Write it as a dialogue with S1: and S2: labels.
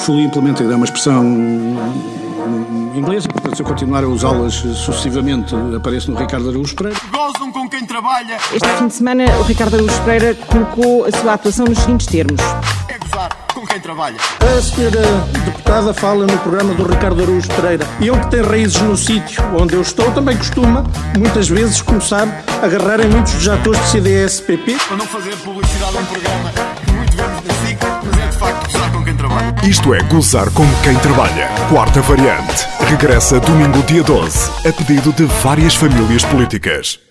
S1: Fully implemented é uma expressão um, inglesa, portanto, se eu continuar a usá-las sucessivamente, apareço no Ricardo Araújo Pereira.
S2: Gozam com quem trabalha.
S3: Este fim de semana, o Ricardo Araújo Pereira colocou a sua atuação nos seguintes termos.
S2: É gozar com quem trabalha.
S4: A senhora deputada fala no programa do Ricardo Araújo Pereira. Eu que tenho raízes no sítio onde eu estou, também costuma, muitas vezes, começar a agarrar em muitos dos atores do CDS-PP.
S2: Para não fazer publicidade a um programa que muito vemos na SIC, mas é de facto gozar com quem trabalha.
S5: Isto é Gozar com quem trabalha. Quarta variante. Regressa domingo dia 12, a pedido de várias famílias políticas.